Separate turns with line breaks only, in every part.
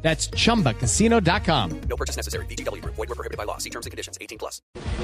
That's chumbacasino.com.
No purchase necessary. BGW. Void were prohibited by law. See terms and conditions. 18 plus.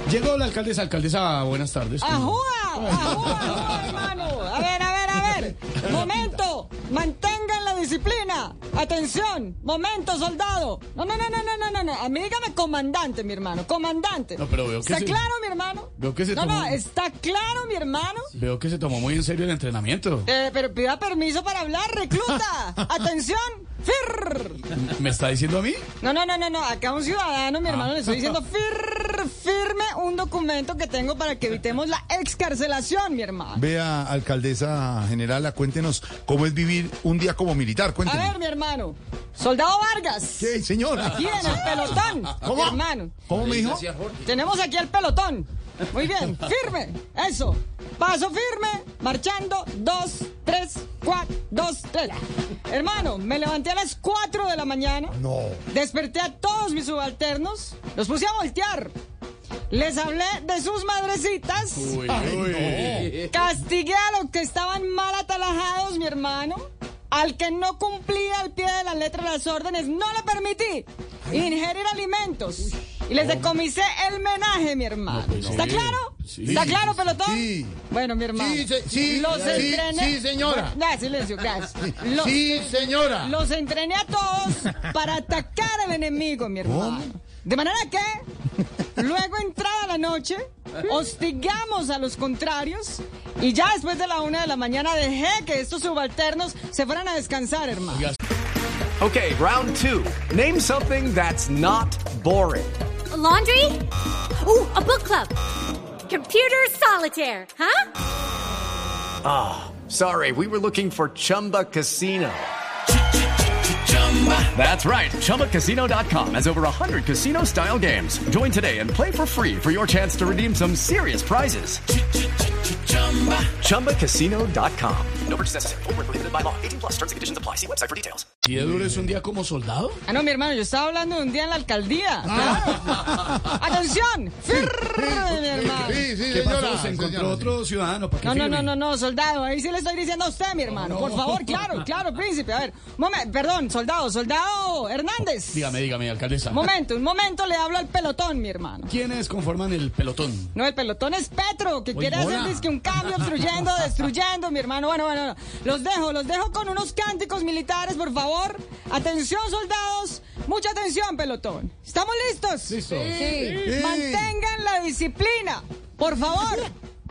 Llegó la alcaldesa, alcaldesa, buenas tardes.
Ah, ¡Ajúa! ¡Ajúa, ajúa, hermano! A ver, a ver, a ver. Momento. Mantengan la disciplina. Atención. Momento, soldado. No, no, no, no, no, no, no. no. A mí dígame comandante, mi hermano. Comandante.
No, pero veo que
¿Está
se-
claro, mi hermano?
Veo que se
No,
tomó-
no, está claro, mi hermano.
Veo que se tomó muy en serio el entrenamiento.
Eh, pero pida permiso para hablar, recluta. Atención. Fir.
¿Me está diciendo a mí?
No, no, no, no, no. Acá un ciudadano, mi hermano, le
Ah.
estoy diciendo fir, firme un documento que tengo para que evitemos la excarcelación, mi hermano.
Vea, alcaldesa general, ah, cuéntenos cómo es vivir un día como militar.
A
Cuéntenos.
ver, mi hermano. Soldado Vargas.
¿Qué, señora?
Aquí en el pelotón. Mi
¿Cómo?
hermano.
¿Cómo me dijo?
Tenemos aquí el pelotón. Muy bien. Firme. Eso. Paso firme. Marchando. Dos, tres, cuatro, dos, tres. Hermano, me levanté a las 4 de la mañana.
No.
Desperté a todos mis subalternos. Los puse a voltear. Les hablé de sus madrecitas.
Uy,
Ay,
Castigué a los que estaban mal atalajados, mi hermano. Al que no cumplía al pie de la letra las órdenes, no le permití ingerir alimentos. Y les decomisé el menaje, mi hermano.
pues
¿Está claro? ¿Está claro, pelotón?
sí.
Bueno, mi hermano.
Sí, se- sí,
los
sí,
entrené.
sí, señora.
Bueno, ya, silencio, gracias. Los,
Sí, señora.
los entrené a todos para atacar al enemigo, mi hermano. De manera que, luego entrada la noche, hostigamos a los contrarios y ya después de la una de la mañana dejé que estos subalternos se fueran a descansar, hermano.
Okay, round two. Name something that's not boring.
A laundry? Ooh, a book club. Computer solitaire, huh?
Sorry, we were looking for Chumba Casino. That's right. ChumbaCasino.com has over 100 casino style games. Join today and play for free for your chance to redeem some serious prizes. ChumbaCasino.com.
No purchase necessary. Void were prohibited by law. 18 plus. Terms and conditions apply. See website for details.
¿Y de duro es un día como soldado?
Ah, no, mi hermano, yo estaba hablando de un día en la alcaldía.
Ah.
¡Atención! Firme, mi hermano!
Sí, sí,
¿Qué pasó?
señora.
¿Se encontró
señora,
otro ciudadano? ¿Para qué
No, no, no,
firme?
no, no, soldado, ahí sí le estoy diciendo a usted, mi hermano. Por favor, claro, claro, príncipe. A ver, momen- perdón, soldado, soldado Hernández.
Dígame, dígame, alcaldesa.
Momento, un momento le hablo al pelotón, mi hermano.
¿Quiénes conforman el pelotón?
No, el pelotón es Petro, que quiere
hola.
hacer dizque un cambio obstruyendo, destruyendo, mi hermano. Bueno, bueno, bueno. Los dejo, los dejo con unos cánticos militares, por favor. Atención, soldados. Mucha atención, pelotón. ¿Estamos listos?
Listo.
Sí. Mantengan la disciplina, por favor.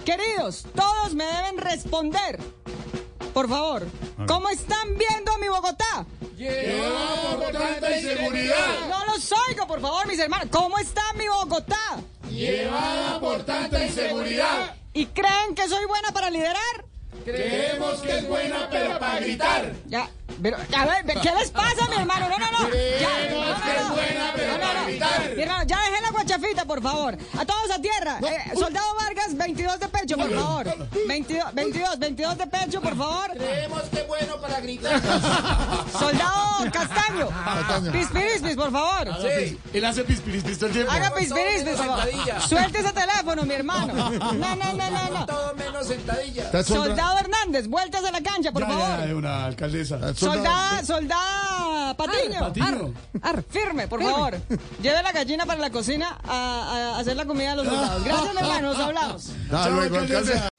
Queridos, todos me deben responder. Por favor, ¿cómo están viendo a mi Bogotá?
Llevamos tanta inseguridad,
No los oigo, por favor, mis hermanos. ¿Cómo está mi Bogotá?
llevada por tanta inseguridad.
¿Y creen que soy buena para liderar?
Creemos que es buena, pero para gritar.
Ya, pero, a ver, ¿qué les pasa, mi hermano? No, no, no. Ya, no, no,
que es
no.
buena, pero
No, no,
para
no.
gritar.
Mi hermano, ya dejé la guachafita, por favor. A todos a tierra. Eh, soldado Vargas, 22 de pecho, por favor. 22, 22, 22 de pecho, por favor.
Creemos que es bueno para gritar.
Soldado Castaño. Pispirispis, por favor.
Él hace pispiris, pisto el tiempo.
Haga pispirispis, por favor. Suelte ese teléfono, mi hermano. No, no, no, no, no.
Todo menos sentadilla.
¿Está solda-
Soldado Hernández, vueltas a la cancha, por
Ya, ya,
favor.
de una alcaldesa.
está soldado?
Soldada, soldada, Patiño.
Patiño.
Ar, firme, por favor. Lleve la gallina para la cocina a, a hacer la comida a los soldados. Gracias, mi hermano, nos hablamos.
Hasta Ah, luego, alcaldesa.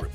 Void